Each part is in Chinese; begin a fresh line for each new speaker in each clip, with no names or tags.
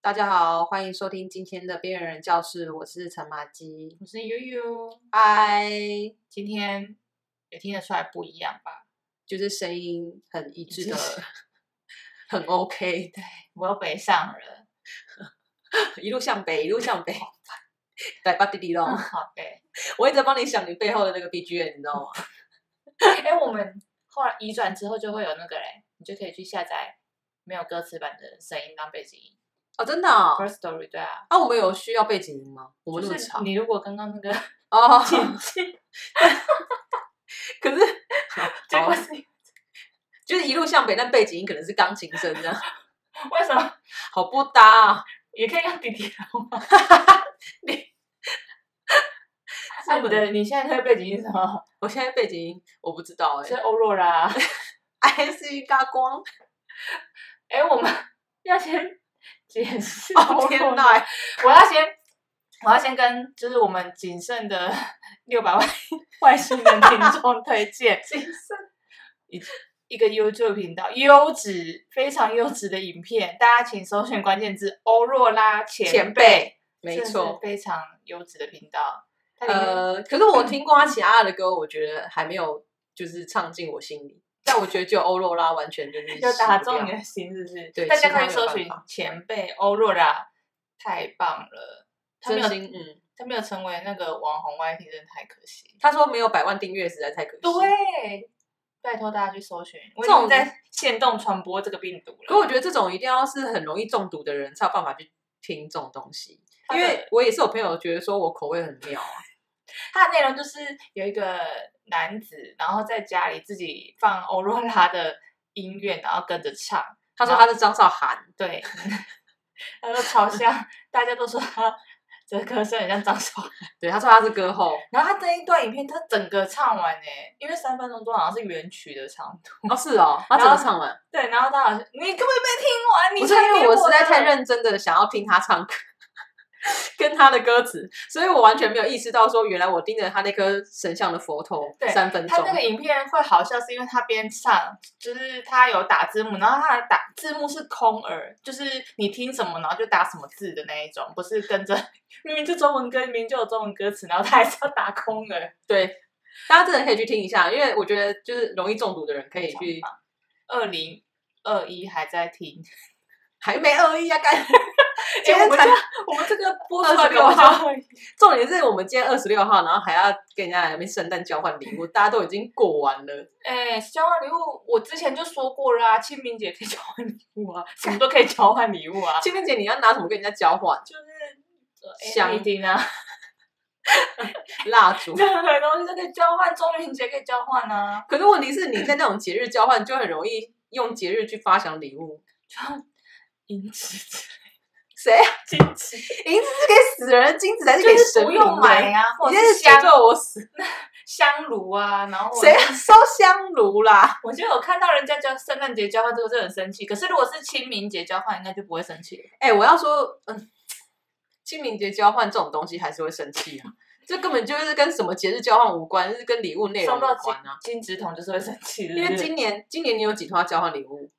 大家好，欢迎收听今天的边缘人教室，我是陈马基。
我是悠悠，
嗨，
今天也听得出来不一样吧？
就是声音很一致的
一致，
很 OK，
我又北上了，
对，一路向北，一路向 北，来吧，滴滴
嗯，
龙。
好呗。
我一直在帮你想你背后的那个 BGM，你知道吗？
哎、我们后来移转之后就会有那个嘞，你就可以去下载没有歌词版的声音当背景音。
哦，真的哦、
First Story 对啊，
啊，我们有需要背景音吗？我们那
就
么
是
吵
你如果刚刚 那个
哦，
简 介，
可 是
结
好
果
好
是
就是一路向北，但背景音可能是钢琴声这样，
为什么
好不搭啊！
也可以用滴 滴龙吗？
是
哎，你的你现在那个背景音是什么？
我现在背景音我不知道哎、
是欧若拉。
欸，是一嘎光，
哎、我们要先解释
哦
欧
天
若
哪
拉，我要先，我要先跟就是我们仅剩的 六百万外星人听众推 荐
谨慎。
一个 YouTube 频道，优质非常优质的影片，大家请搜寻关键字“欧若拉
前
前
辈
辈”，
没
真的是哎
错，
非常优质的频道。它里面
呃，可是我
嗯
听过他其他的歌，我觉得还没有就是唱进我心里，但我觉得就欧若拉完全就是
就打
洗不
中你
掉
的心，是不啊是？
对
大
其
家
他
可以
没有
搜
办
寻
法
前辈欧若拉，太棒了。他没
真
有
心嗯，
他没有成为那个网红 YT 真的太可惜。
他说没有百万订阅实在太可惜。，
对，拜托大家去搜寻，我已
这种
经在限动传播这个病毒
可我
了。
觉得这种一定要是很容易中毒的人才有办法去听这种东西，
它
因
的
为我也是有朋友觉得说我口味很妙啊，
它的内容就是有一个男子，然后在家里自己放欧若拉的音乐，然后跟着唱。
他说他是张韶涵，
对， 他说嘲笑，大家都说他这歌声很像张韶涵。
对，他说他是歌 后，
然后他这一段影片，他整个唱完呢，因为三分钟多好像是原曲的长度。
哦是哦，他怎么
然后
唱完？
对，然后他好像你根本没听完，你
不是
传
因为
给
我
我
实在太
的
认真的想要听他唱歌，跟他的歌词，所以我完全没有意识到说，原来我盯着他那颗神像的佛头
对
三分
他
钟
那。个影片会好笑，是因为他边唱，就是他有打字幕，然后他的打字幕是空耳，就是你听什么，然后就打什么字的那一种，不是跟着明明就中文歌，明明就有中文歌词，然后他还是要打空耳。
对，大家真的可以去听一下，因为我觉得就是容易中毒的人可以去，
二零二一还在听，
还没二一啊， 干。今
哎
天
我
才
们我们这个播出来
26
我
号
就
重点是我们今天二十六号，然后还要跟人家来那边圣诞交换礼物，大家都已经过完了，
哎，交换礼物，我之前就说过啦、清明节可以交换礼物啊，什么都可以交换礼物 啊，
清明节你要拿什么跟人家交换？
就是
香
一定啊。
蜡烛。
任何东西都可以交换，中元节可以交换啊。
可是问题是你在那种节日交换，就很容易用节日去发想礼物。
银子，
谁啊？
金子
银子是给死人，金子才是
就
给
是
神
不
明的
用买啊，或
你
者
现在是诅
是香
咒我死？
香炉啊，然后我
谁要烧香炉啦？
我就有看到人家交圣诞节交换这个就很生气，可是如果是清明节交换，应该就不会生气了。
哎、我要说，嗯，清明节交换这种东西还是会生气啊。这根本就是跟什么节日交换无关，是跟礼物内容有
收到金
关啊。
金纸筒就是会生气，
因为
是不是
今年，今年你有几团交换礼物？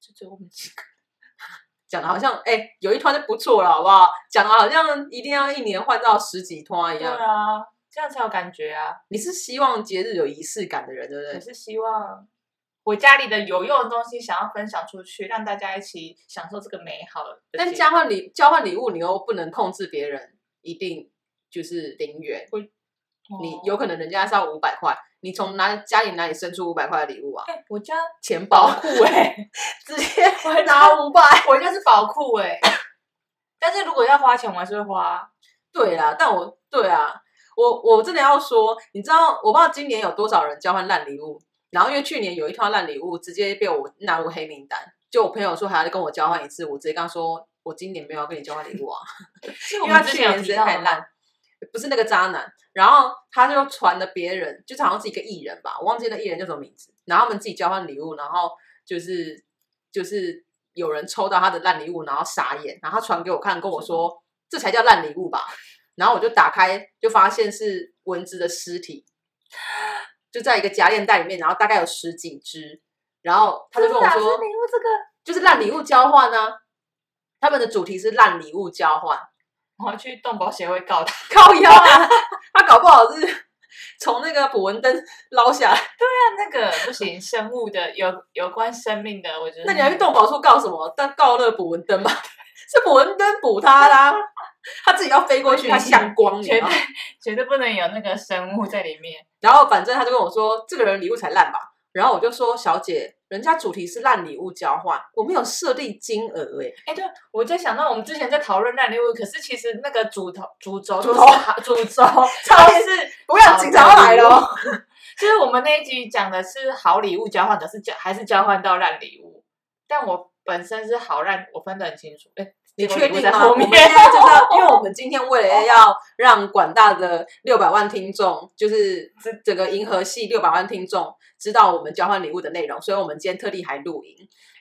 就只有我们几个，
讲的好像，哎、有一团就不错了，好不好？讲的好像一定要一年换到十几团一
对
样。
啊，这样才有感觉啊。
你是希望节日有仪式感的人，对不
我
对？
是希望。我家里的有用的东西想要分享出去，让大家一起享受这个美好的节日。
但交换礼交换礼物，你又不能控制别人，一定就是零元。你
哦
有可能人家是要五百块，你从哪家里哪里生出五百块的礼物啊？
哎我家
钱
宝
包
库哎，
直接
我还
拿五百。
我家是宝库哎，但是如果要花钱，我还是会花。
对啦，但我对啊，我我真的要说，你知道我不知道今年有多少人交换烂礼物，然后因为去年有一套烂礼物直接被我纳入黑名单，就我朋友说还要跟我交换一次，我直接跟他说我今年没有要跟你交换礼物啊。
是
因为他去年实在太烂，不是那个渣男，然后他就传了别人，就是好像是一个艺人吧，我忘记那艺人叫什么名字，然后他们自己交换礼物，然后就是就是有人抽到他的烂礼物，然后傻眼，然后他传给我看，跟我说这才叫烂礼物吧，然后我就打开就发现是蚊子的尸体，就在一个夹链袋里面，然后大概有十几只，然后他就跟我
真的啊
说
是礼物这个
就是烂礼物交换啊。他们的主题是烂礼物交换，
我要去动保协会 告他。
靠腰啊，他搞不好是从那个捕蚊灯捞下来，
但那个不行，生物的有有关生命的，我觉得
那你还去动保处告什么？但告那个捕蚊灯吧， 是捕蚊灯捕他啦，他自己要飞过去，他向光你
绝
知道
对
吗。
绝对不能有那个生物在里面。
然后反正他就跟我说，这个人礼物才烂吧。然后我就说，小姐，人家主题是烂礼物交换，我没有设定金额哎、
哎，对，我就想到我们之前在讨论烂礼物，可是其实那个主头主轴
主
都
头
是好 主 轴
差
都
点
是
不要警察要来了哦。
就是我们那一集讲的是好礼物交换，可是交还是交换到烂礼物。但我本身是好烂，我分得很清楚。哎，
你
结果
确
礼物
定
在
吗？
后
我们
面
今天真的，因为我 们今天为了要让广大的六百万听众，就是这整个银河系六百万听众知道我们交换礼物的内容，所以我们今天特地还录音，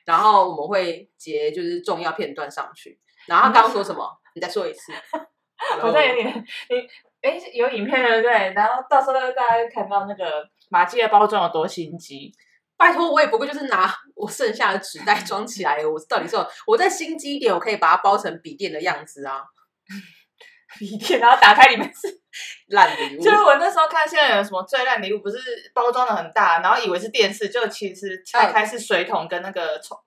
然后我们会截就是重要片段上去。然后他刚刚说什么？你再说一次。
我在有点你哎、有影片对不对？然后到时候大家就看到那个马季的包装有多心机。
拜托，我也不过就是拿我剩下的纸袋装起来，我到底是有我再心机一点，我可以把它包成笔电的样子啊，
笔电，然后打开里面是，
烂礼物
就。是我那时候看现在有什么最烂礼物，不是包装的很大，然后以为是电视，就其实
嗯
拆开是水桶跟那个冲，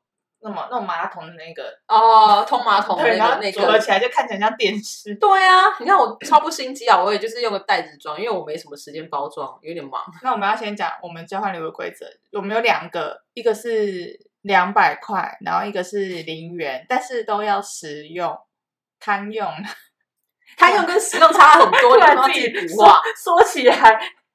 那么那种马桶的那个，
哦，通马桶
对，然
那
后
个那
组合
个。
起来就看起来像电视。
对啊，你看我超不心机啊，我也就是用个袋子装，因为我没什么时间包装，有点忙。
那我们要先讲我们交换礼物的规则，我们有两个，一个是两百块，然后一个是零元，但是都要实用、堪用。
堪用跟实用差很多，
突
你
然
要
啊自己
己补
说
画，
说起来，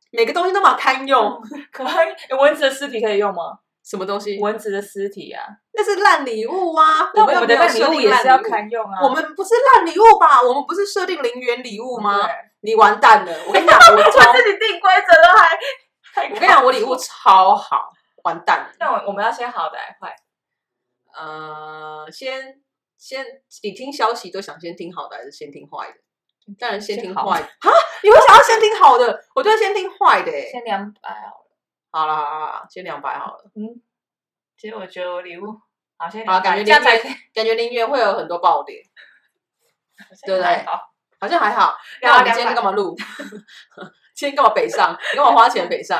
每个东西都嘛堪用。
可以蚊子的尸体可以用吗？
什么东西？
蚊子的尸体啊，
那是烂礼物啊！
那
们
我
又
们
没
的
有
烂礼
设
物
定
也
烂
是要
礼物
堪用啊。
我们不是烂礼物吧？我们不是设定零元礼物吗？
对
你完蛋了！我跟你讲，我
我
超
自己定规则都还，还
我跟你讲，我礼物超好，完蛋了。
那我我们要先好的还是坏？
呃，先先你听消息都想先听好的还是先听坏的？当然先听坏的哈，你会想要先听好的？我就会先听坏的、欸。
先两百啊好
好
了。
啦好啦，先两百好了。
嗯，其实我觉得我礼物好先
好，
两
感
百，
觉
这样
零
才可以
元，感觉零元会有很多爆点，对不对
还好
好像还好。
然
那
后
我们今天
200
干嘛录？ 今天干嘛北上？你干嘛花钱北上？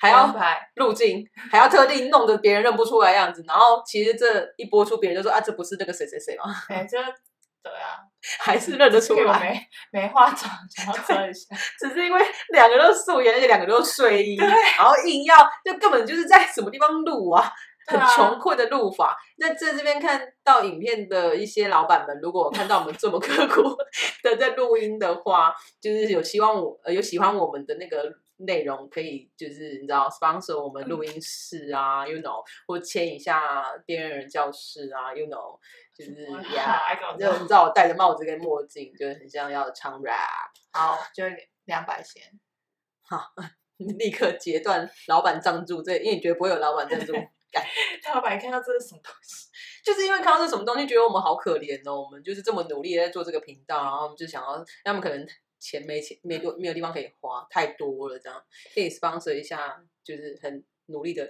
还要
拍，
路径，还要特地弄得别人认不出来的样子，然后其实这一播出，别人就说啊，这不是那个谁谁谁吗？
哎，这对啊，
还是认得出
因为我
来，
没没化妆，想要遮一下。
只是因为两个都是素颜，而且两个都是睡衣，然后硬要，就根本就是在什么地方录啊，
对
很
啊
穷困的录法。那在这边看到影片的一些老板们，如果看到我们这么刻苦的在录音的话，就是有希望我呃有喜欢我们的那个。内容可以就是你知道 sponsor 我们录音室啊、y o u know，或签一下边缘人教室啊，you know，就是
我
呀，
还搞
就你
这，
知道我戴着帽子跟墨镜，就是很像要唱 rap。
好，就两百先。
立刻截断老板赞助这，因为你觉得不会有老板赞助，
老板看到这是什么东西？
就是因为看到这什么东西，觉得我们好可怜哦，我们就是这么努力地在做这个频道，然后我们就想要，他们可能钱没钱没有没有地方可以花，太多了这样，可以 sponsor 一下，就是很努力的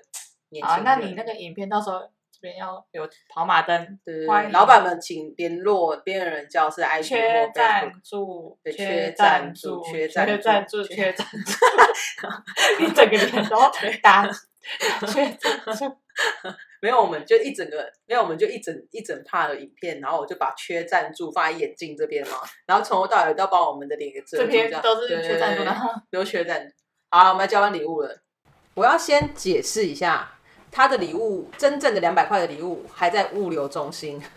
年轻
好，
人。
啊那你那个影片到时候这边要有跑马灯，
对对
欢
对，
迎
老板们请联络边缘人教室 IG
缺
或 Facebook。
赞助，
对
缺
缺
赞
赞
助
助，
缺
缺
赞
赞
助，
助
缺赞助，你整个脸 都打缺赞助。
没有，我们就一整个没有，我们就一整一整帕的影片，然后我就把缺赞助放在眼镜这边嘛，然后从头到尾都把我们的脸给遮住，
这
这
边
样
都是
对对
缺赞助，
对
然后
留学蛋。好，我们来交换礼物了。我要先解释一下，他的礼物真正的两百块的礼物还在物流中心，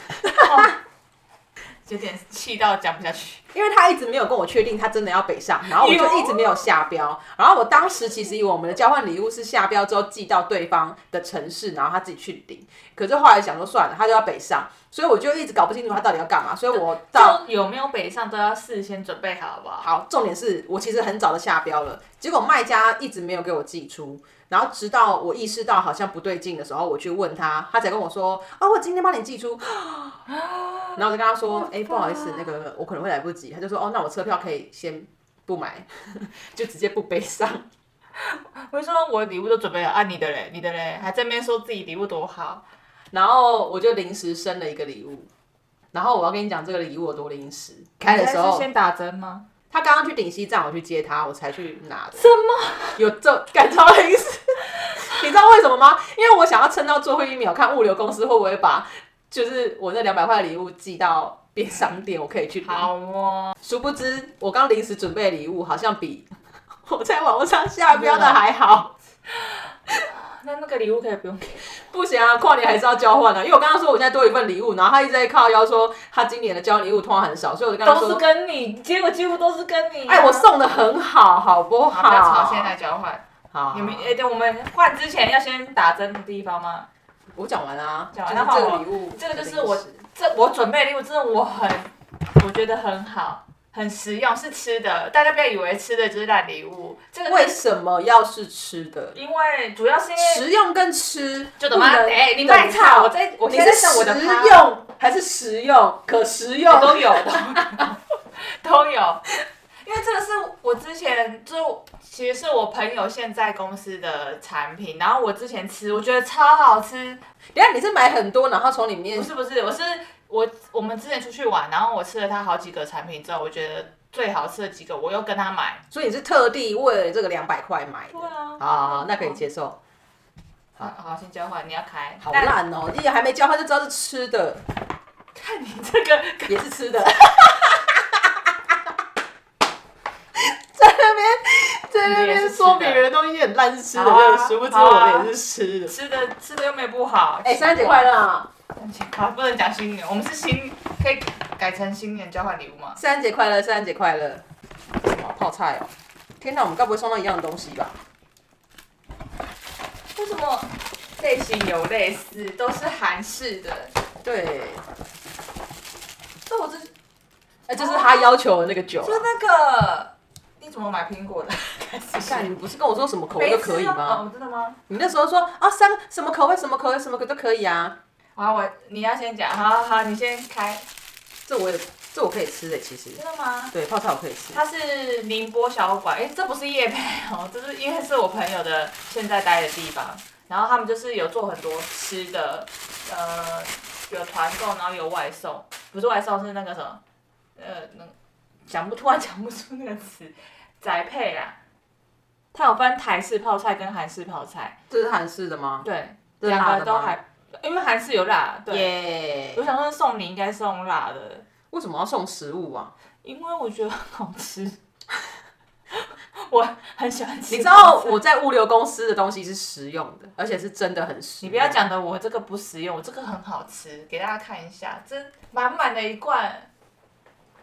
有点气到讲不下去。
因为他一直没有跟我确定他真的要北上，然后我
哟
就一直没有下标。然后我当时其实以为我们的交换礼物是下标之后寄到对方的城市，然后他自己去领。可是后来想说算了，他就要北上，所以我就一直搞不清楚他到底要干嘛。所以我 到
就有没有北上都要事先准备好，好不好？
好，重点是我其实很早的下标了，结果卖家一直没有给我寄出，然后直到我意识到好像不对劲的时候，我去问他，他才跟我说啊，我今天帮你寄出， 然后我就跟他说，哎、不好意思，那个我可能会来不及，他就说哦，那我车票可以先不买， 就直接不悲伤，
我就说我礼物都准备了啊，你的嘞，你的嘞，还在那边说自己礼物多好，
然后我就临时生了一个礼物，然后我要跟你讲这个礼物有多临时，开的时
你还是
候
先打针吗？
他刚刚去顶西站，我去接他，我才去拿的。
什么？
有这赶超临时，你知道为什么吗？因为我想要撑到最后一秒，看物流公司会不会把就是我那两百块的礼物寄到便商店，我可以去拿。
好哦，
殊不知，我刚临时准备的礼物好像比我在网络上下标的还好。
那那个礼物可以不用给。
不行啊，跨年还是要交换的、因为我刚刚说我现在多一份礼物，然后他一直在靠腰说他今年的交换礼物通常很少，所以我就跟他
都是
说，
跟你，结果几乎都是跟你啊、
哎、我送的很好，好不
好，
好？
不要吵，现在交换。
好，
你们哎、对，我们换之前要先打针的地方吗？
我讲完啦、
讲完
就是
那
这个
换我
礼物，
这个就是我这我准备的礼物真的我很，我觉得很好，很实用，是吃的。大家不要以为吃的就是烂礼物，这个
为什么要是吃的？
因为主要是因为
实用跟吃
就怎么
不能
哎，你
等
卖
到
惨，我在我
你
现在
是
在想我的啊
实
趴
用还是实用？可实用
都有都 都有，因为这个是我之前就其实是我朋友现在公司的产品，然后我之前吃我觉得超好吃，
等一下你是买很多，然后从里面
不是不是，我是我我们之前出去玩，然后我吃了他好几个产品之后，我觉得最好吃的几个我又跟他买。
所以你是特地为了这个两百块买的
对啊
啊，那可以接受。
好好，先交换，你要开。
好
但
烂哦，一眼还没交换就知道是吃的，
看你这个，
也是吃的。 在那边在那边说别人的东西很烂是吃的，
好啊
殊不知我的也是吃的。
吃的吃的又没不好。
哎，三姐快乐啊！
三节快乐不能讲新年，我们是新，可以改成新年交换礼物吗？
圣诞节快乐，圣诞节快乐！什么泡菜哦？天哪，我们该不会送到一样的东西吧？
为什么类型有类似，都是韩式的？
对，
这我这就
哎，就是他要求的那个酒啊。
那个，你怎么买苹果的？
干，你不是跟我说什么口味
没
都可以
吃啊
吗？
哦，真的吗？
你那时候说啊，三什么口味，什么口味，什么口味都可以啊。
好，我你要先讲，好好好，你先开，
这我也，这我可以吃的，其实
真的吗？
对泡菜我可以吃。
它是宁波小馆，哎、这不是夜配哦， 这是因为是我朋友的现在待的地方，然后他们就是有做很多吃的，呃，有团购，然后有外送，不是外送是那个什么，呃，那讲不突然讲不出那个词，宅配啦，它有分台式泡菜跟韩式泡菜，
这是韩式的吗？
对，
这是辣
两
的
个都
吗
还，因为韩式有辣，对
耶
我想说送你应该送辣的，
为什么要送食物啊？
因为我觉得很好吃， 我很喜欢吃。
你知道，我在物流公司的东西是实用的，而且是真的很实
你
用。
不要讲的我这个不实用，我这个很好吃，给大家看一下，这满满的一罐，哎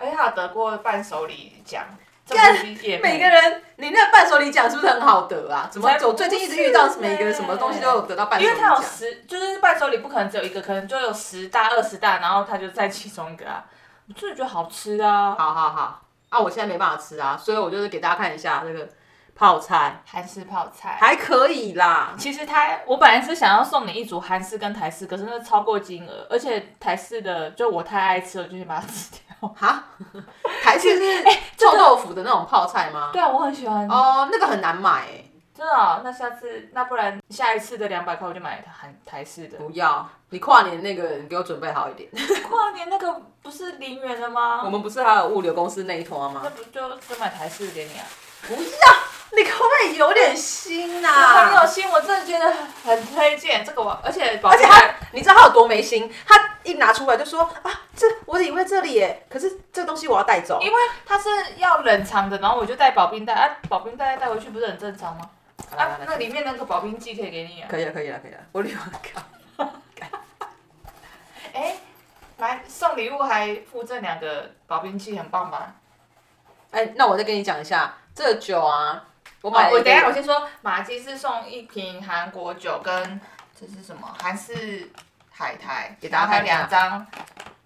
而且还有得过伴手礼奖，这不是也
每个人，你那个伴手礼奖是不是很好得啊？怎么
才不
我最近一直遇到
是
每个人
欸
什么东西都有得到伴手
因
礼
为它有
奖？
十，就是伴手礼不可能只有一个，可能就有十大、二十大，然后它就在其中一个啊。我真的觉得好吃啊，
好好好，啊，我现在没办法吃啊，所以我就是给大家看一下这个泡菜，
韩式泡菜。
还可以啦。
其实他，我本来是想要送你一组韩式跟台式，可是那超过金额，而且台式的就我太爱吃了，我就先把它吃掉。
哈，台式是臭豆腐的那种泡菜吗？
对啊，我很喜欢，
哦，那个很难买欸，
真的哦、那下次，那不然下一次的两百块我就买韩台式的。
不要。你跨年那个，你给我准备好一点。
跨年那个不是零元的
我
吗？
们不是还有物流公司那一坨
那
吗？
不就就买台式给你啊？
不要，你可不可以有点心啊
我
呐、
很有心，我真的觉得很推荐这个我，而且
而且他，你知道他有多没心？他一拿出来就说啊，这我以为这里耶，可是这个东西我要带走。
因为它是要冷藏的，然后我就带保冰袋，啊，保冰袋带回去不是很正常吗？
来
啊
来，来
那里面那个保冰剂可以给你啊。
可以了，可以了，可以了，我立马看。
哎，买送礼物还附赠两个保冰器，很棒吧？
哎，那我再跟你讲一下，这个酒啊，我
我
买了一个、
哦我等一下我先说，马基是送一瓶韩国酒跟这是什么韩式海苔，
给
给
大家
大家
看一下
两张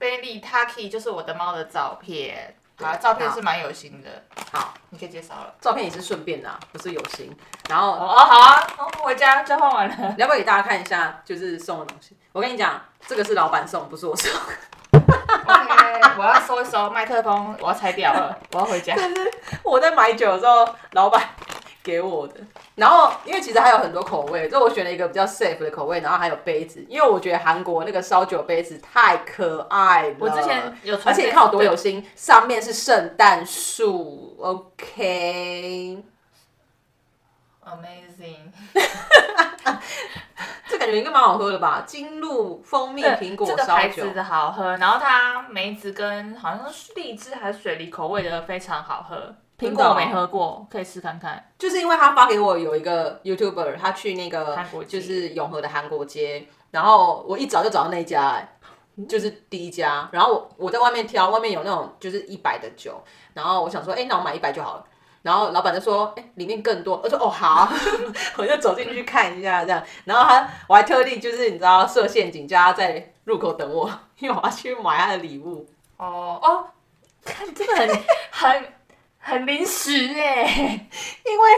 Bailey Taki 就是我的猫的照片，好，照片是蛮有心的，
好，
你可以介绍了。
照片也是顺便啦、不是有心。然后
哦哦好啊，哦回家交换完了，
你要不要给大家看一下，就是送的东西？我跟你讲，这个是老板送，不是我送。
OK，我要收一收麦克风，我要拆掉了，我要回家。
我在买酒的时候，老板给我的。然后因为其实还有很多口味，所以我选了一个比较 safe 的口味，然后还有杯子，因为我觉得韩国那个烧酒杯子太可爱了。
我之前有传
而
给，
且你看我多有心，上面是圣诞树，OK，
对，amazing，
这感觉应该蛮好喝的吧？金露蜂蜜苹果
这个
烧
牌
酒
子，的好喝，然后它梅子跟好像是荔枝还是水梨口味的非常好喝。苹
真的
果
哦
我没喝过，可以试看看。
就是因为他发给我有一个 YouTuber，他去那个
韩国街
就是永和的韩国街，然后我一找就找到那一家、哎就是第一家。然后我我在外面挑，外面有那种就是一百的酒，然后我想说，哎、那我买一百就好了。然后老板就说：“哎、里面更多。”我说：“哦，好。” 我就走进去看一下，这样。然后他，我还特地就是你知道设陷阱，叫他在入口等我，因为我要去买他的礼物。
哦哦，看真的很很 很临时哎，
因为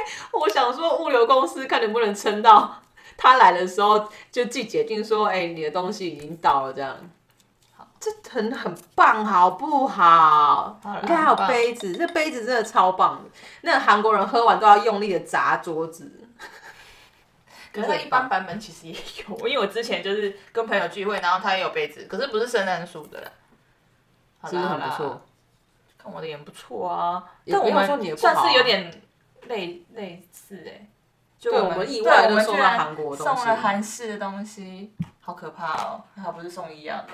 我想说物流公司看能不能撑到他来的时候就寄解禁说，哎、你的东西已经到了这样。这很很棒，好不好？
好啦
你看还有
很棒
杯子，这杯子真的超棒的。那个韩国人喝完都要用力的砸桌子。
可是它一般版本其实也有，因为我之前就是跟朋友聚会，然后他也有杯子，可是不是圣诞树的啦。好啦
是不是很不？
好啦
错？
看我的也不错啊，
也
但
不
我
要说你也
们
不好啊
算是有点类类似哎、就
对
我
我们意
对
外地
我们
送
居
了
然
韩国的东
送了
西
韩式的东西，好可怕哦！还好不是送一样的。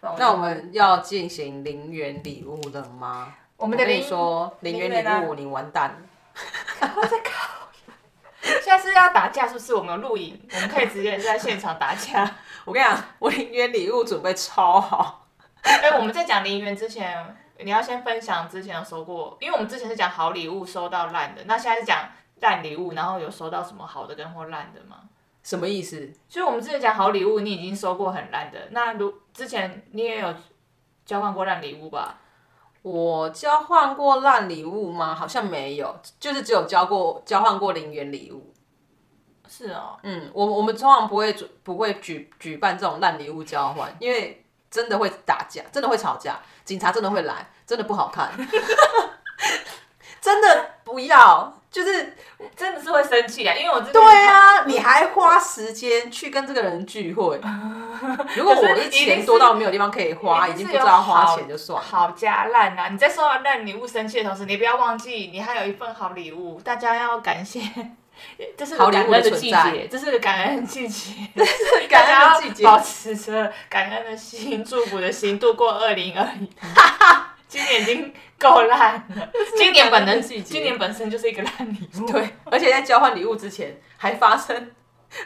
不然
那我
就
们要进行零元礼物了吗？
我
我
们的
跟你
零
说，零元
零元啊
礼物你完蛋了。
下次要打架是不是？我们有录影，我们可以直接在现场打架。
我跟你讲，我零元礼物准备超好。
哎、我们在讲零元之前，你要先分享之前有收过，因为我们之前是讲好礼物收到烂的，那现在是讲烂礼物，然后有收到什么好的跟或烂的吗？
什么意思？
就是我们之前讲好礼物，你已经收过很烂的，那如之前你也有交换过烂礼物吧？
我交换过烂礼物吗？好像没有，就是只有交过交换过零元礼物。
是哦，
嗯，我我们通常不会举不会举举办这种烂礼物交换，因为真的会打架，真的会吵架，警察真的会来，真的不好看， 真的不要。就是
真的是会生气啊，因为我之前
对啊，你还花时间去跟这个人聚会。如果我
可是
是
一定
钱
是
多到没有地方可以花，已
一定
经
是
不
有
知道花
好
钱就算 了。
好加烂啊！你在收到烂礼物生气的同时，你不要忘记，你还有一份好礼物，大家要感谢。 这是个
好礼
感
物
恩
的
的
存
季
在
节，这是个感恩季节，
感
大
恩
家
的季节
要保持着感恩的心、祝福的心度过二零 二一。今年已经够烂了，今年本
感恩
身
的季节
今年本身就是一个烂礼 物。
对，而且在交换礼物之前还发生，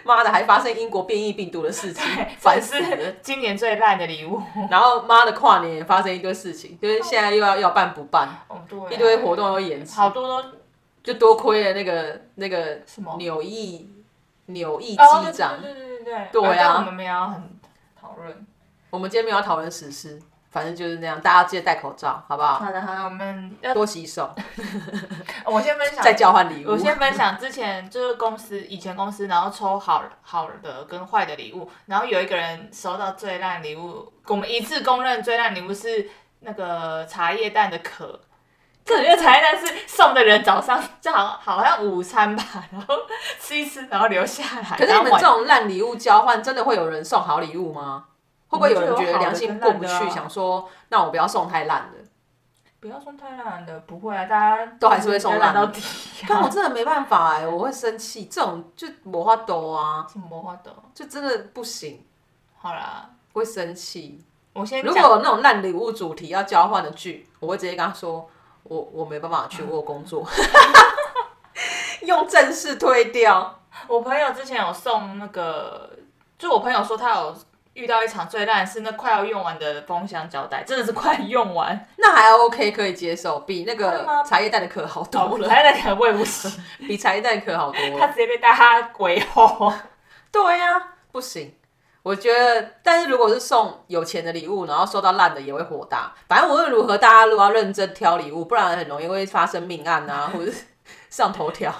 妈的还发生英国变异病毒的事情，
反
烦死了。
是今年最烂的礼物。
然后妈的跨年也发生一堆事情，就是现在又要要办不办，
哦，对啊
一堆活动又延期，
好多都
就多亏了那个那个
什么
纽意纽意
哦对
机长。
对对对对对，
对啊
但我们没有很讨论。
我们今天没有要讨论实施，反正就是那样，大家记得戴口罩，好不好？
好的，好的，我们要
多洗手，
我先分享，
再交换礼物
我。先分享之前就是公司以前公司，然后抽好好的跟坏的礼物，然后有一个人收到最烂礼物，我们一致公认最烂礼物是那个茶叶蛋的壳。感觉茶叶蛋是送的人早上正好好像午餐吧，然后吃一吃，然后留下来。
可是
然
你
后
们这种烂礼物交换，真的会有人送好礼物吗？会不会有人觉得良心过不
我
去，
们就有好的跟烂的啊
想说那我不要送太烂的？
晚不要送太烂的，不会啊，大家
都还是会送烂的
到底、
但我
啊。
真的没办法哎、我会生气，这种就没法抖啊，
什么花的？
就真的不行，
好啦，
会生气。
我先
如
讲。
果有那种烂礼物主题要交换的剧，我会直接跟他说，我我没办法去，
嗯
我有工作， 用正式推掉。
我朋友之前有送那个，就我朋友说他有遇到一场最烂的是那快要用完的封箱胶带，真的是快用完，
那还 OK，可以接受，比那
真的吗
个茶叶蛋的壳好多了，
还在那个喂不起，
比茶叶蛋的壳好多
他
了。
直接被大家鬼吼。
对呀、不行。我觉得，但是如果是送有钱的礼物，然后收到烂的也会火大。反正无论如何，大家如果要认真挑礼物，不然很容易会发生命 案啊，或者是上头条、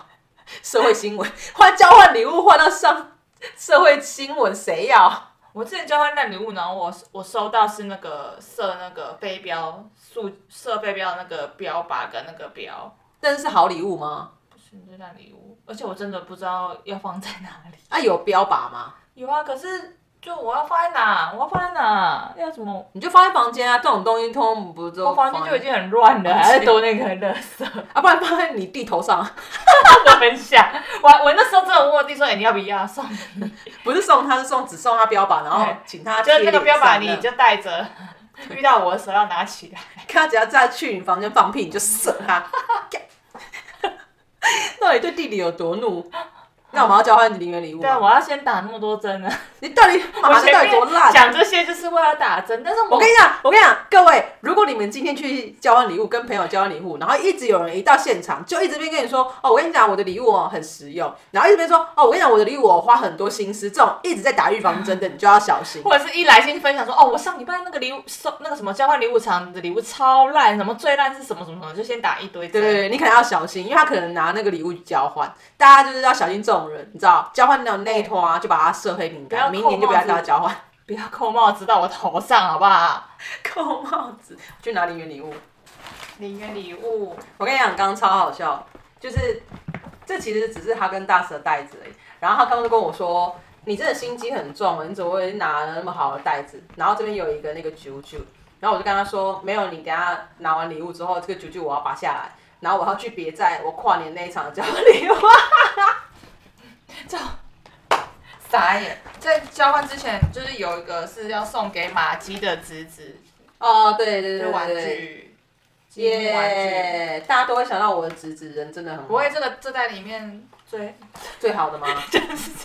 社会新闻。换交换礼物换到上社会新闻谁要？
我之前交换烂礼物，然后我我收到是那个射那个飞镖塑射飞镖的那个标靶跟那个标，
但是是好礼物吗？
不是这烂礼物，而且我真的不知道要放在哪里。
啊，有标靶吗？
有啊，可是就我要放在哪？我要放在哪？要怎么？
你就放在房间啊，这种东西通常不就
我房间就已经很乱了，
放
还在丢那个垃圾。
啊，不然放在你地头上，
我分享， 我我那时候真的问我弟说：“哎、你要不要送你？
不是送他，是送只送他标靶，然后
对
请他
哎就是那个
贴脸
标靶，
上
你
这样
就带着，遇到我的时候要拿起来。
看他只要再去你房间放屁，你就射 他。到底对弟弟有多怒？那我们要交换零元礼物
对啊，
吗？
我要先打那么多 针啊！
你到底妈
我
的到
前
底多
面
烂？啊
讲这些就是为了打针，但是我
我跟你讲，我跟你讲，各位，如果你们今天去交换礼物，跟朋友交换礼物，然后一直有人一到现场就一直边跟你说，哦，我跟你讲，我的礼物哦很实用，然后一直边说，哦，我跟你讲，我的礼物我花很多心思，这种一直在打预防针的，你就要小心。
或者是一来信分享说，哦，我上礼拜那个礼物送那个什么交换礼物场的礼物超烂，什么最烂是什么什么什么，就先打一堆
对
针。
对对，你可能要小心，因为他可能拿那个礼物去交换，大家就是要小心这种人，你知道，交换那种内托啊，就把他设黑名
不
单，
要扣
明年就不要跟他交换。
不要扣帽子到我头上，好不好？
扣帽子，去拿零元礼物。
零元礼物，
我跟你讲，刚刚超好笑，就是这其实只是他跟大蛇的袋子而已。然后他刚刚就跟我说：“你真的心机很重，你怎么会拿那么好的袋子？”然后这边有一个那个啾啾，然后我就跟他说：“没有，你等一下拿完礼物之后，这个啾啾我要拔下来，然后我要去别在我跨年那一场的交换礼物。
这傻眼。在交换之前，就是有一个是要送给马姬的侄子，”
哦，对对
就
对
是
对
玩
对
具，积木玩具。
耶大家都会想到我的侄子人真的很好
不会，这个这在里面最
最好 的吗？哦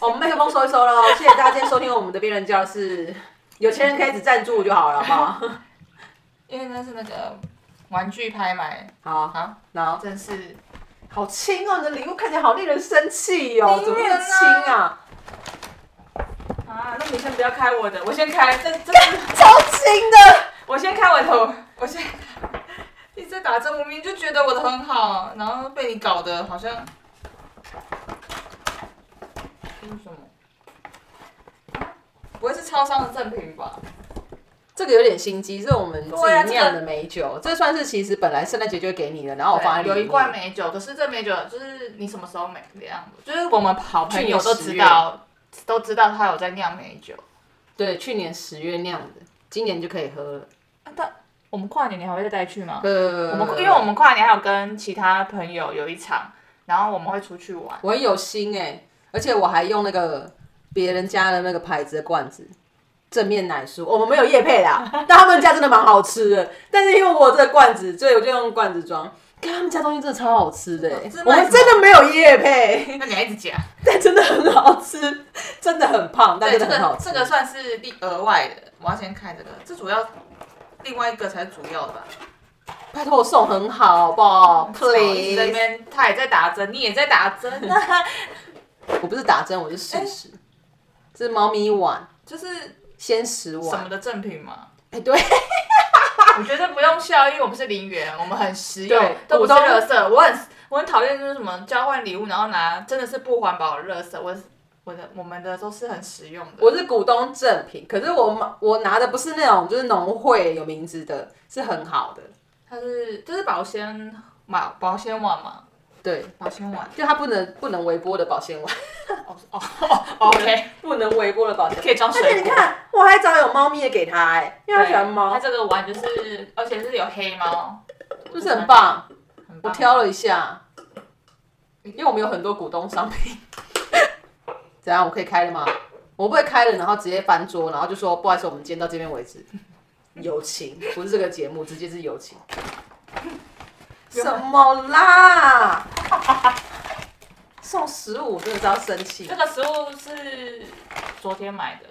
我们麦克风收一收喽，谢谢大家今天收听我们的边人教室。有钱人可以只赞助就好了，好不好？
因为那是那个玩具拍卖，
好，
好，
然后
真是
好轻哦，你的礼物看起来好令人生气哦，怎么那么轻啊？
啊！那你先不要开我的，我先开，这这
超轻的，
我先开我的头，我先一直在打针，我明明就觉得我的很好，然后被你搞得好像这是什么？不会是超商的赠品吧？
这个有点心机，是我们自
对啊
己
这个
酿的美酒，这算是其实本来圣诞节就会给你的，然后我放在里
对啊
面
有一罐美酒，可是这美酒就是你什么时候美酿的？就是我们好朋友都
去年
知
十月
道，都知道他有在酿美酒。
对，去年十月酿的，今年就可以喝了。
啊，但我们跨年你还会再带去吗？
呃，
我们因为我们跨年还有跟其他朋友有一场，然后我们会出去玩。
我很有心哎、而且我还用那个别人家的那个牌子的罐子，正面奶酥，哦我们没有叶配啦， 但他们家真的蛮好吃的。但是因为我有这个罐子，所以我就用罐子装。看他们家东西真的超好吃的、欸
是，
我
哦卖什
们
么
真的没有叶配，
那你还一直讲，
但真的很好吃，真的很胖，但
对，
真
这
的很好
个
吃。
这个算是另额外的，我要先看这个，这主要另外一个才是主要的吧。啊
拜托我送很好，好不好
你这
？Please，
边他也在打针，你也在打针、 啊，
我不是打针，我是试食。
哎
这是猫咪碗，
就是
鲜食
什么
碗。
的赠品嘛。
哎、对，
我觉得不用笑，因为我们是零元，我们很实用
对，
都不是
普通
垃圾。我很我很讨厌就是什么交换礼物，然后拿真的是不环保的垃圾。我我的我们的都是很实用的。
我是股东正品，可是我买我拿的不是那种就是农会有名字的，是很好的。
它是这是保鲜嘛，保鲜碗嘛，
对，
保鲜碗。
就它不能不能微波的保鲜碗，
哦哦哦，OK，
不能微波的保鲜
可以装
而且你
水果。
看，我还找有猫咪的给他、哎，因为他喜欢
它
猫，
这个碗就是，而且是有黑猫，
是不是很棒？
很
我
棒。
挑了一下，因为我们有很多股东商品。 怎样？我可以开了吗？我不会开了，然后直接翻桌，然后就说不好意思，我们今天到这边为止。 友情不是这个节目，直接是友情。什么啦？送食物，我真的是要生气
这。个食物是昨天买的，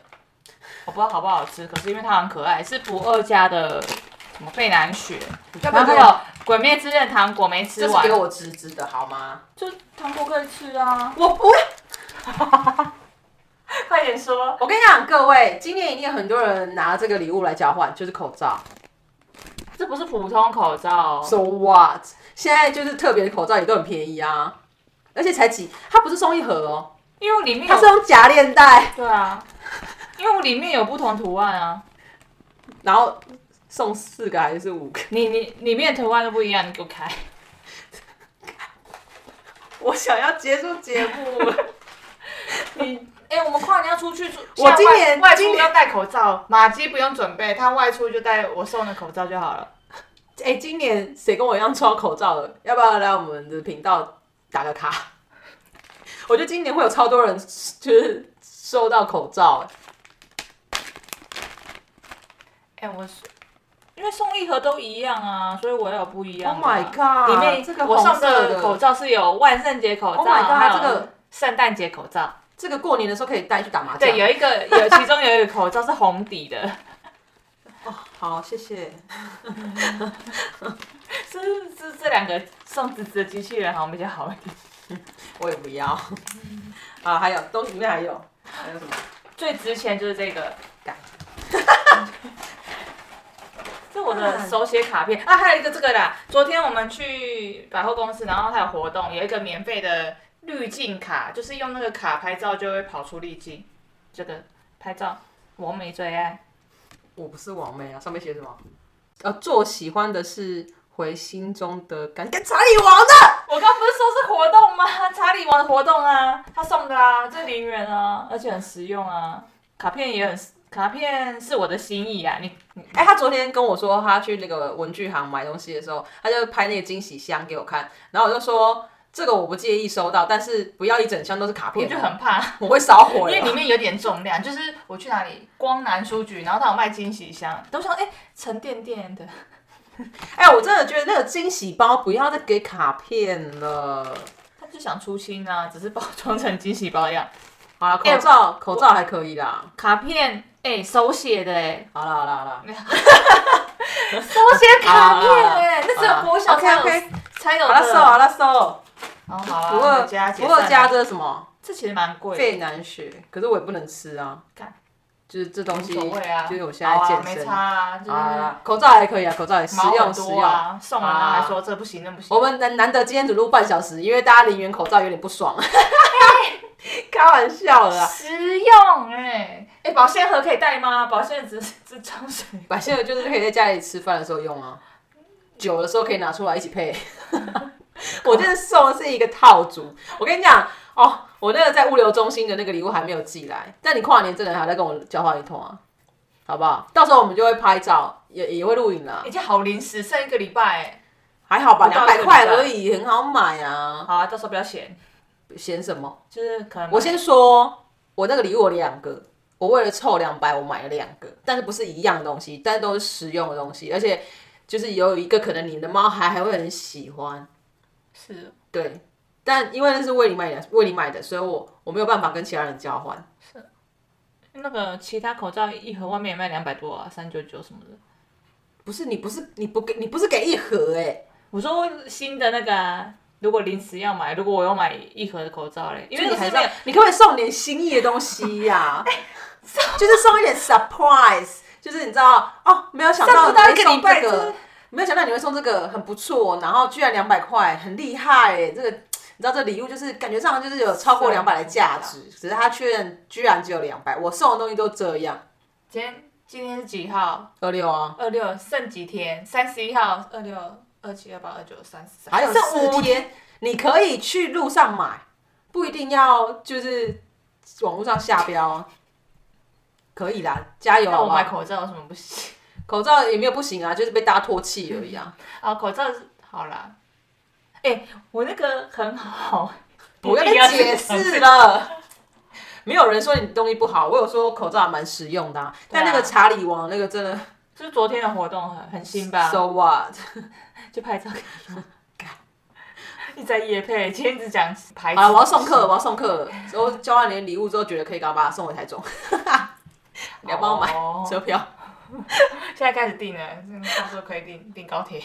我不知道好不好吃，可是因为它很可爱，是不二家的什么费南雪，
要不要
然后
给
还
我？
有鬼灭之刃糖果没吃
这是
完
给，我直直的好吗？
就糖果可以吃啊，
我不会。
快点说。
我跟你讲，各位，今年一定有很多人拿这个礼物来交换，就是口罩。
这不是普通口罩哦，
So what？现在就是特别的口罩也都很便宜啊，而且才几，它不是送一盒哦，
因为里面
它是
有
用假链带，
对啊，因为我里面有不同图案啊，
然后送四个还是五个？
你你里面的图案都不一样，你给我开。
我想要结束节目了，
你哎、我们跨年要出去出，
我
像
今
外
年
外
今
出
年
要戴口罩，马基不用准备，他外出就戴我送的口罩就好了。
哎、今年谁跟我一样抽到口罩了？要不要来我们的频道打个卡？ 我觉得今年会有超多人就是收到口罩，
哎、我是因为送一盒都一样啊，所以我要有不一样的
Oh
啊。
my god，
里面
这个
我
红
送
色的
的口罩是有万圣节口罩
Oh my god，
还有
这个啊
圣诞节口罩。
这个过年的时候可以带去打麻将。
对，有一个有其中有一个口罩是红底的，
好，谢谢。
是是这两个送纸质的机器人好像比较好一点。
我也不要。 啊，还有东西里面还有还有什么？
最值钱就是这个，
干
这我的手写卡片啊，还有一个这个啦。昨天我们去百货公司，然后它有活动，有一个免费的滤镜卡，就是用那个卡拍照就会跑出滤镜。这个拍照我美最爱，
我不是王妹啊，上面写什么？呃，做喜欢的事，回心中的感。跟查理王的，
我刚不是说是活动吗？查理王的活动啊，他送的啊，这零元啊，而且很实用啊。卡片也很，卡片是我的心意啊。你你
哎、他昨天跟我说他去那个文具行买东西的时候，他就拍那个惊喜箱给我看，然后我就说这个我不介意收到，但是不要一整箱都是卡
我
片，啊
就很怕。
我会烧火
因为里
了。
面有点重量，就是我去哪里，光南书局，然后它有卖惊喜箱，都想哎、沉甸甸的。
哎、我真的觉得那个惊喜包不要再给卡片了。
他就想出清啊，只是包装成惊喜包一样。
好了，口
哎
罩、口罩还可以啦。
卡片哎、手写的哎、
好了好了好了，
手写卡片
啊
哎、那只有国小才有
OK，OK
才有
啊好了收
的。
好了收。
哦，好啊，
不
我
二
们加
不二
加
加，这是什么
这其实蛮贵的。
费南雪，可是我也不能吃啊
干。
就是这东西，
无所谓啊，
就是我现在
好
健
啊没
身
差啊，就是
啊口罩还可以啊，口罩也实
毛
用
很
实
多
用。
啊，送了
啊
他还说这不行那不行。
我们难难得今天只录半小时，因为大家零元口罩有点不爽。 开玩笑的啦，
实用哎、哎、保鲜盒可以带吗？保鲜盒只只装水。
百姓的就是可以在家里吃饭的时候用啊，酒的时候可以拿出来一起配。 我这次送的是一个套组，我跟你讲哦，我那个在物流中心的那个礼物还没有寄来，但你跨年真的还在跟我交换一通啊，好不好？到时候我们就会拍照，也也会录影啦
已，经好临时，剩一个礼拜欸。
还好吧，
不到
两
一个
百
礼拜
块而已，很好买啊，
好啊，到时候不要嫌，
嫌什么？
就是可能
我先说，我那个礼物我两个，我为了凑两百，我买了两个，但是不是一样的东西，但是都是实用的东西，而且就是有一个可能你的猫还还会很喜欢，
是
对，但因为那是为你买的，为你买的，所以我我没有办法跟其他人交换。
那个其他口罩一盒外面也卖两百多啊，三九九什么的。
不是你不是你不给你不是给一盒哎、
我说新的那个、啊，如果临时要买，如果我要买一盒的口罩嘞，因为
就你
那
还
是
是
哎没
要
有，
你可不可以送点心意的东西 呀、 就是送一点 surprise，就是你知道哦，没有想到
上不到
你
一
会
个
送
礼拜
这个
真，
没有想到你会送这个，很不错，然后居然两百块，很厉害耶！这个你知道这礼物就是感觉上就是有超过
是啊
两百的价值，只是它确认居然只有两百，我送的东西都这样，
今天今天是几号？
二六啊，
二六剩几天？三十一号、二六、二七、二八、二九、三十三，
还有
剩
四
五
天，你可以去路上买，不一定要就是网络上下标啊，可以啦，加油
那
好
我
不好
买？口罩有什啊么不行？
口罩也没有不行啊，就是被大家唾弃而已啊。
啊，口罩是好啦。哎、我那个很好，
不要
一定
再解释了。 没有人说你东西不好，我有说口罩还蛮实用的、啊，
对啊
但那个查理王那个真的
就是昨天的活动很很新吧？
，so what？
就拍照给你们 看。你在夜配，今天只讲牌子。
啊，我要送客了，我要送客了。然后交换连礼物之后，觉得可以赶快把它送回台中。 你要帮我买
哦
车票？
现在开始订了，嗯差不多可以订订高铁。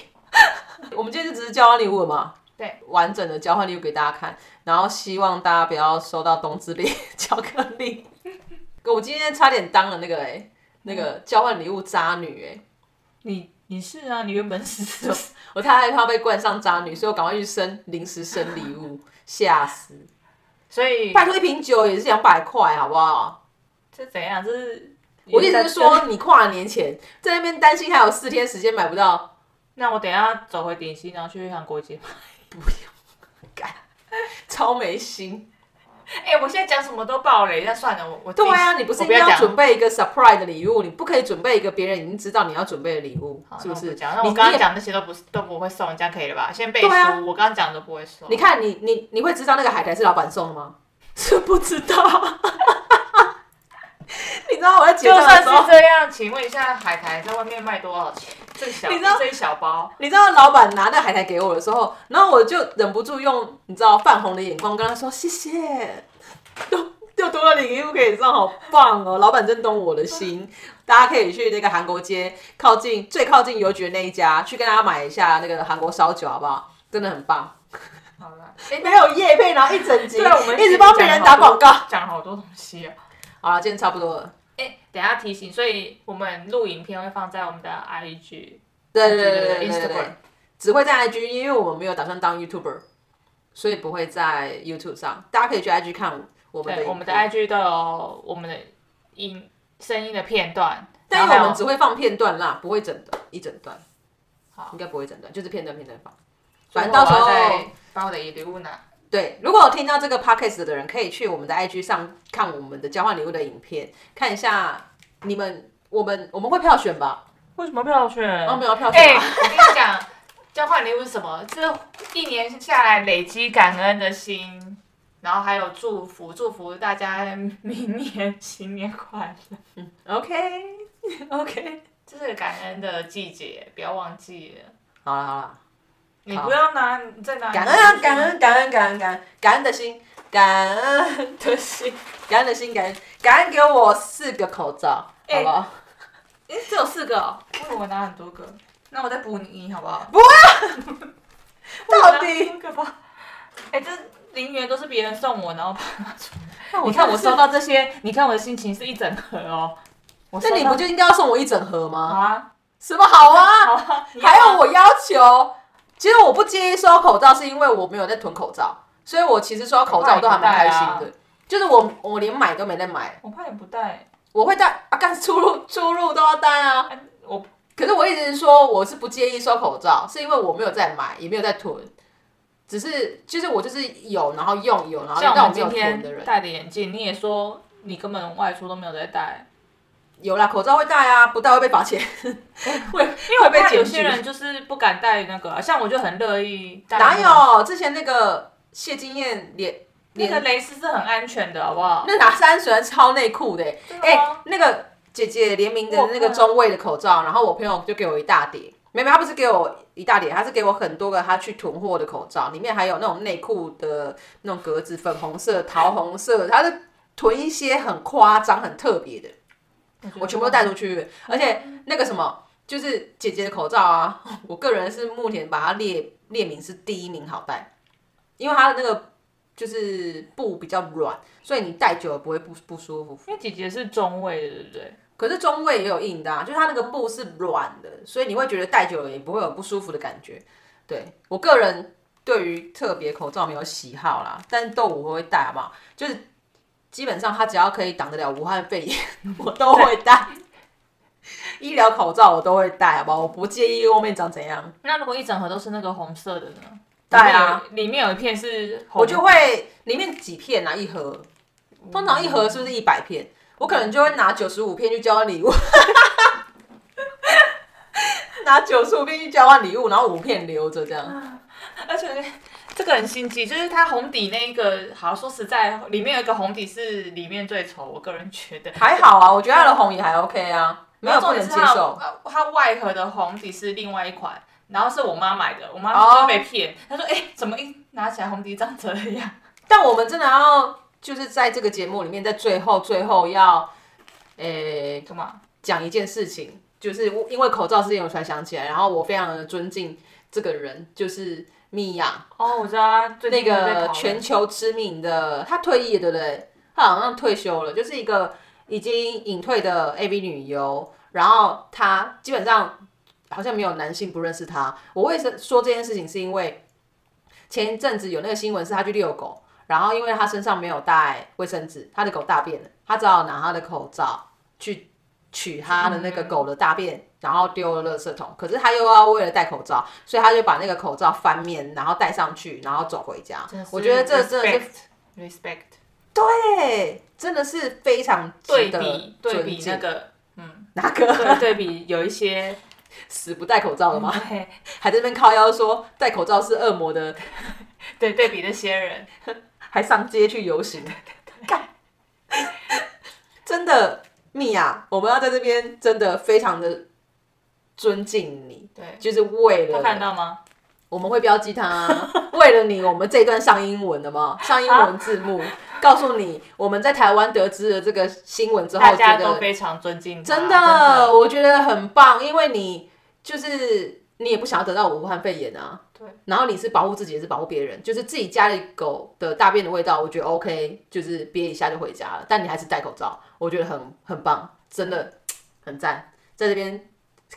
我们今天就只是交换礼物了嘛，
对，
完整的交换礼物给大家看，然后希望大家不要收到冬之恋 巧克力。 我今天差点当了那个哎、那个交换礼物渣女哎、
你你是啊，你原本是
我太害怕被冠上渣女，所以我赶快去生临时生礼物，吓死！
所以
拜托一瓶酒也是两百块，好不好？
这怎样？这是
我意思是说，，你跨年前在那边担心还有四天时间买不到，
那我等一下走回顶溪，然后去韩国街。
超没心。
哎、我现在讲什么都爆雷，那算了，我我自己
对啊，你不是
我
应
不
该
要
要
讲
准备一个 surprise 的礼物，你不可以准备一个别人已经知道你要准备的礼物
好，
是不
那我
是？
讲，那我
你
刚
你也
刚讲那些都不是都不会送，这样可以了吧？先背书，
对啊
我刚刚讲的都不会送。
你看你你你会知道那个海苔是老板送的吗？ 是不知道。 你知道我在结
就
账的
算
时候
是，这样，请问一下海苔在外面卖多少钱？这小
你知道
这一小包，
你知道老板拿那海苔给我的时候，然后我就忍不住用你知道泛红的眼光跟他说谢谢，又又多了礼物可以送，好棒哦！老板真懂我的心，大家可以去那个韩国街靠近最靠近邮局的那一家去跟大家买一下那个韩国烧酒，好不好？真的很棒，
好了，哎、
没有夜配，然后一整集
对啊，我们
一直帮别人打广告。
讲了好多东西啊。
好了，今天差不多了。
哎、等一下提醒，所以我们录影片会放在我们的 IG，
对对对对对对
Instagram
对，只会在 IG，因为我们没有打算当 YouTuber，所以不会在 YouTube 上。大家可以去 IG 看我们的
对，我们的
影片
IG 都有我们的音声音的片段，
但
然
是我
后
们只会放片段啦，不会整段一整段。
好
应该不会整段，就是片段片段放。
还
反
有
正到时
我要
候
再把我的礼物拿。
对，如果有听到这个 podcast 的人，可以去我们的 IG 上看我们的交换礼物的影片，看一下你们我们我们会票选吧？
为什么票选？
我们有票
哎、
选吧？
我跟你讲，交换礼物是什么？这一年下来累积感恩的心，然后还有祝福，祝福大家明年新年快乐。
OK OK，
这是感恩的季节，不要忘记了。
好了好了。
你
好
不要拿，你再拿。
感恩啊，感。恩，感恩，感恩，感恩，感恩的心，感恩的心，感恩的心，感恩，感恩给我四个口罩，好不好？
哎、只有四个、哦，因为我拿很多个。那我再补你，好不好？不要
到底
四个吧。 哎、这零元都是别人送我，然后把它拿出来。
我
你看我收到这些，你看我的心情是一整盒哦。我收
那
到
你不就应该要送我一整盒
好
吗？
啊？
什么好
好
啊？
啊，你要
还
吗
有我要求，其实我不介意收到口罩，是因为我没有在囤口罩，所以我其实收到口罩我都还蛮开心
我怕你不
的。就是我我连买都没在买，
我怕你不带，
我会带啊，干出入出入都要带 啊。
哎，我
可是我一直说我是不介意收口罩，是因为我没有在买，也没有在囤，只是就是我就是有，然后用有，然后
像
让
我
啊我
们
没有
今
囤的人
天，戴的眼镜，你也说你根本外出都没有在戴，
有啦，口罩会戴啊，不戴会被罚钱，会
因为我
会被
怕有
检
些
举。
人就是不敢戴那个啊，像我就很乐意戴。
哪？有？之前那个谢金燕脸
那个
脸
蕾丝是很安全的，好不好？
那哪三十人超内裤的、欸，
真的
哎、
吗
那个姐姐联名的
哦我
那个
看
中卫的口罩，然后我朋友就给我一大叠，没有，他不是给我一大叠，他是给我很多个他去囤货的口罩，里面还有那种内裤的那种格子，粉红色、桃红色，他是囤一些很夸张、很特别的，
觉得
我全部都带出去，而且那个什么。就是姐姐的口罩啊， 我个人是目前把它列列名是第一名好戴，因为它的那个就是布比较软，所以你戴久了不会不不舒服。
因为姐姐是中位的，对不对？
可是中卫也有硬的、啊，就是它那个布是软的，所以你会觉得戴久了也不会有不舒服的感觉。对我个人对于特别口罩没有喜好啦，但豆我会戴好不好？就是基本上它只要可以挡得了武汉肺炎， 我都会戴。医疗口罩我都会戴，好不好？我不介意外面长怎样，
那如果一整盒都是那个红色的呢？
戴啊
里面有，里面有一片是红，
我就会里面几片啊，一盒，通常一盒是不是一百片？我可能就会拿九十五片去交换礼物， 拿九十五片去交换礼物，然后五片留着这样。
而且这个很心机，就是它红底那一个，好说实在，里面有一个红底是里面最丑，我个人觉得。
还好啊，我觉得它的红也还 OK 啊，没有不能接受。
它呃它外盒的红底是另外一款，然后是我妈买的，我妈
哦
说被骗，她说哎、怎么一拿起来红底长这 样？
但我们真的要就是在这个节目里面，在最后最后要，诶、
干嘛？
讲一件事情，就是我因为口罩事件我才想起来，然后我非常的尊敬这个人，就是米娅。
哦，我知道她最
那
近在讨
个
论
全球知名的，她退役了对不对？她好像退休了，就是一个已经隐退的 AV 女优。然后她基本上好像没有男性不认识她。我为什么说这件事情？是因为前一阵子有那个新闻是她去遛狗，然后因为他身上没有带卫生纸，他的狗大便了，他只好拿他的口罩去取他的那个狗的大便，然后丢了垃圾桶。可是他又要为了戴口罩，所以他就把那个口罩翻面，然后戴上去，然后走回家
真的。是
我觉得这真的是
respect
对，真的是非常值
对
得
比对
尊
比
敬
那个嗯，
哪个
对对比有一些
死不戴口罩的吗？
对
还在那边靠腰说戴口罩是恶魔的，
对对比那些人，
还上街去游行， 干！真的，蜜娅，我们要在这边真的非常的尊敬你，
对，
就是为
他看得
了
到吗？
我们会标记它，为了你，我们这一段上英文的嘛，上英文字
啊
幕，告诉你我们在台湾得知了这个新闻之后，
大
觉
家
得
都非常尊敬他，
真
啊真
的，我觉得很棒，因为你就是你也不想要得到武汉肺炎啊。
对。
然后你是保护自己，也是保护别人，就是自己家里狗的大便的味道，我觉得 OK，就是憋一下就回家了。但你还是戴口罩，我觉得很很棒，真的很赞，在这边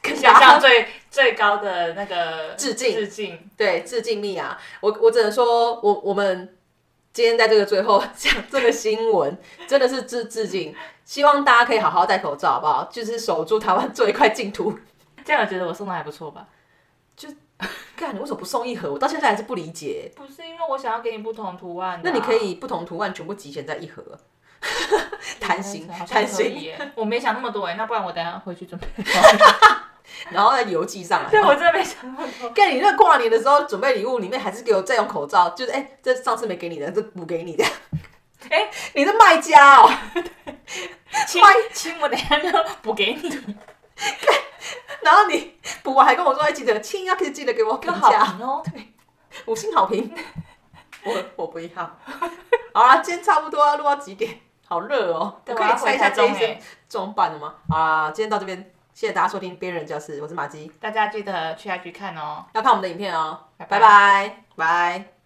跟
想
大家
象最最高的那个
致敬
致敬，
对致敬蜜娅。我我只能说，我我们今天在这个最后讲这个新闻， 真的是致致敬，希望大家可以好好戴口罩，好不好？就是守住台湾这一块净土。
这样我觉得我送的还不错吧？
干，你为什么不送一盒？我到现在还是不理解。欸
不是因为我想要给你不同图案的
那
啊、
你可以不同图案全部集结在一 盒，贪心
好像
贪
可以
心，
耶，我没想那么多哎，那不然我等一下回去准备。
然后再邮寄上来。
对，我真的没想那么 多。
干，你那跨年的时候准备礼物里面还是给我再用口罩，就是哎、这上次没给你的，这补给你的。
哎
你是卖家哦，
亲亲，我等一下就补给你，
然后你补完还跟我说，哎、记得亲要可以记得给我评
更好
价，
评哦。
五星好评。 我我不要。好啦，今天差不多要录到几点？好热哦，我
对
可
我
以
要
猜
回
一下
台
这一
中
声
欸
中办了吗？啊，今天到这边，谢谢大家收听《边人教室》，我是马姬，
大家记得去 IG 看哦。
要看我们的影片哦，
拜拜
拜拜拜。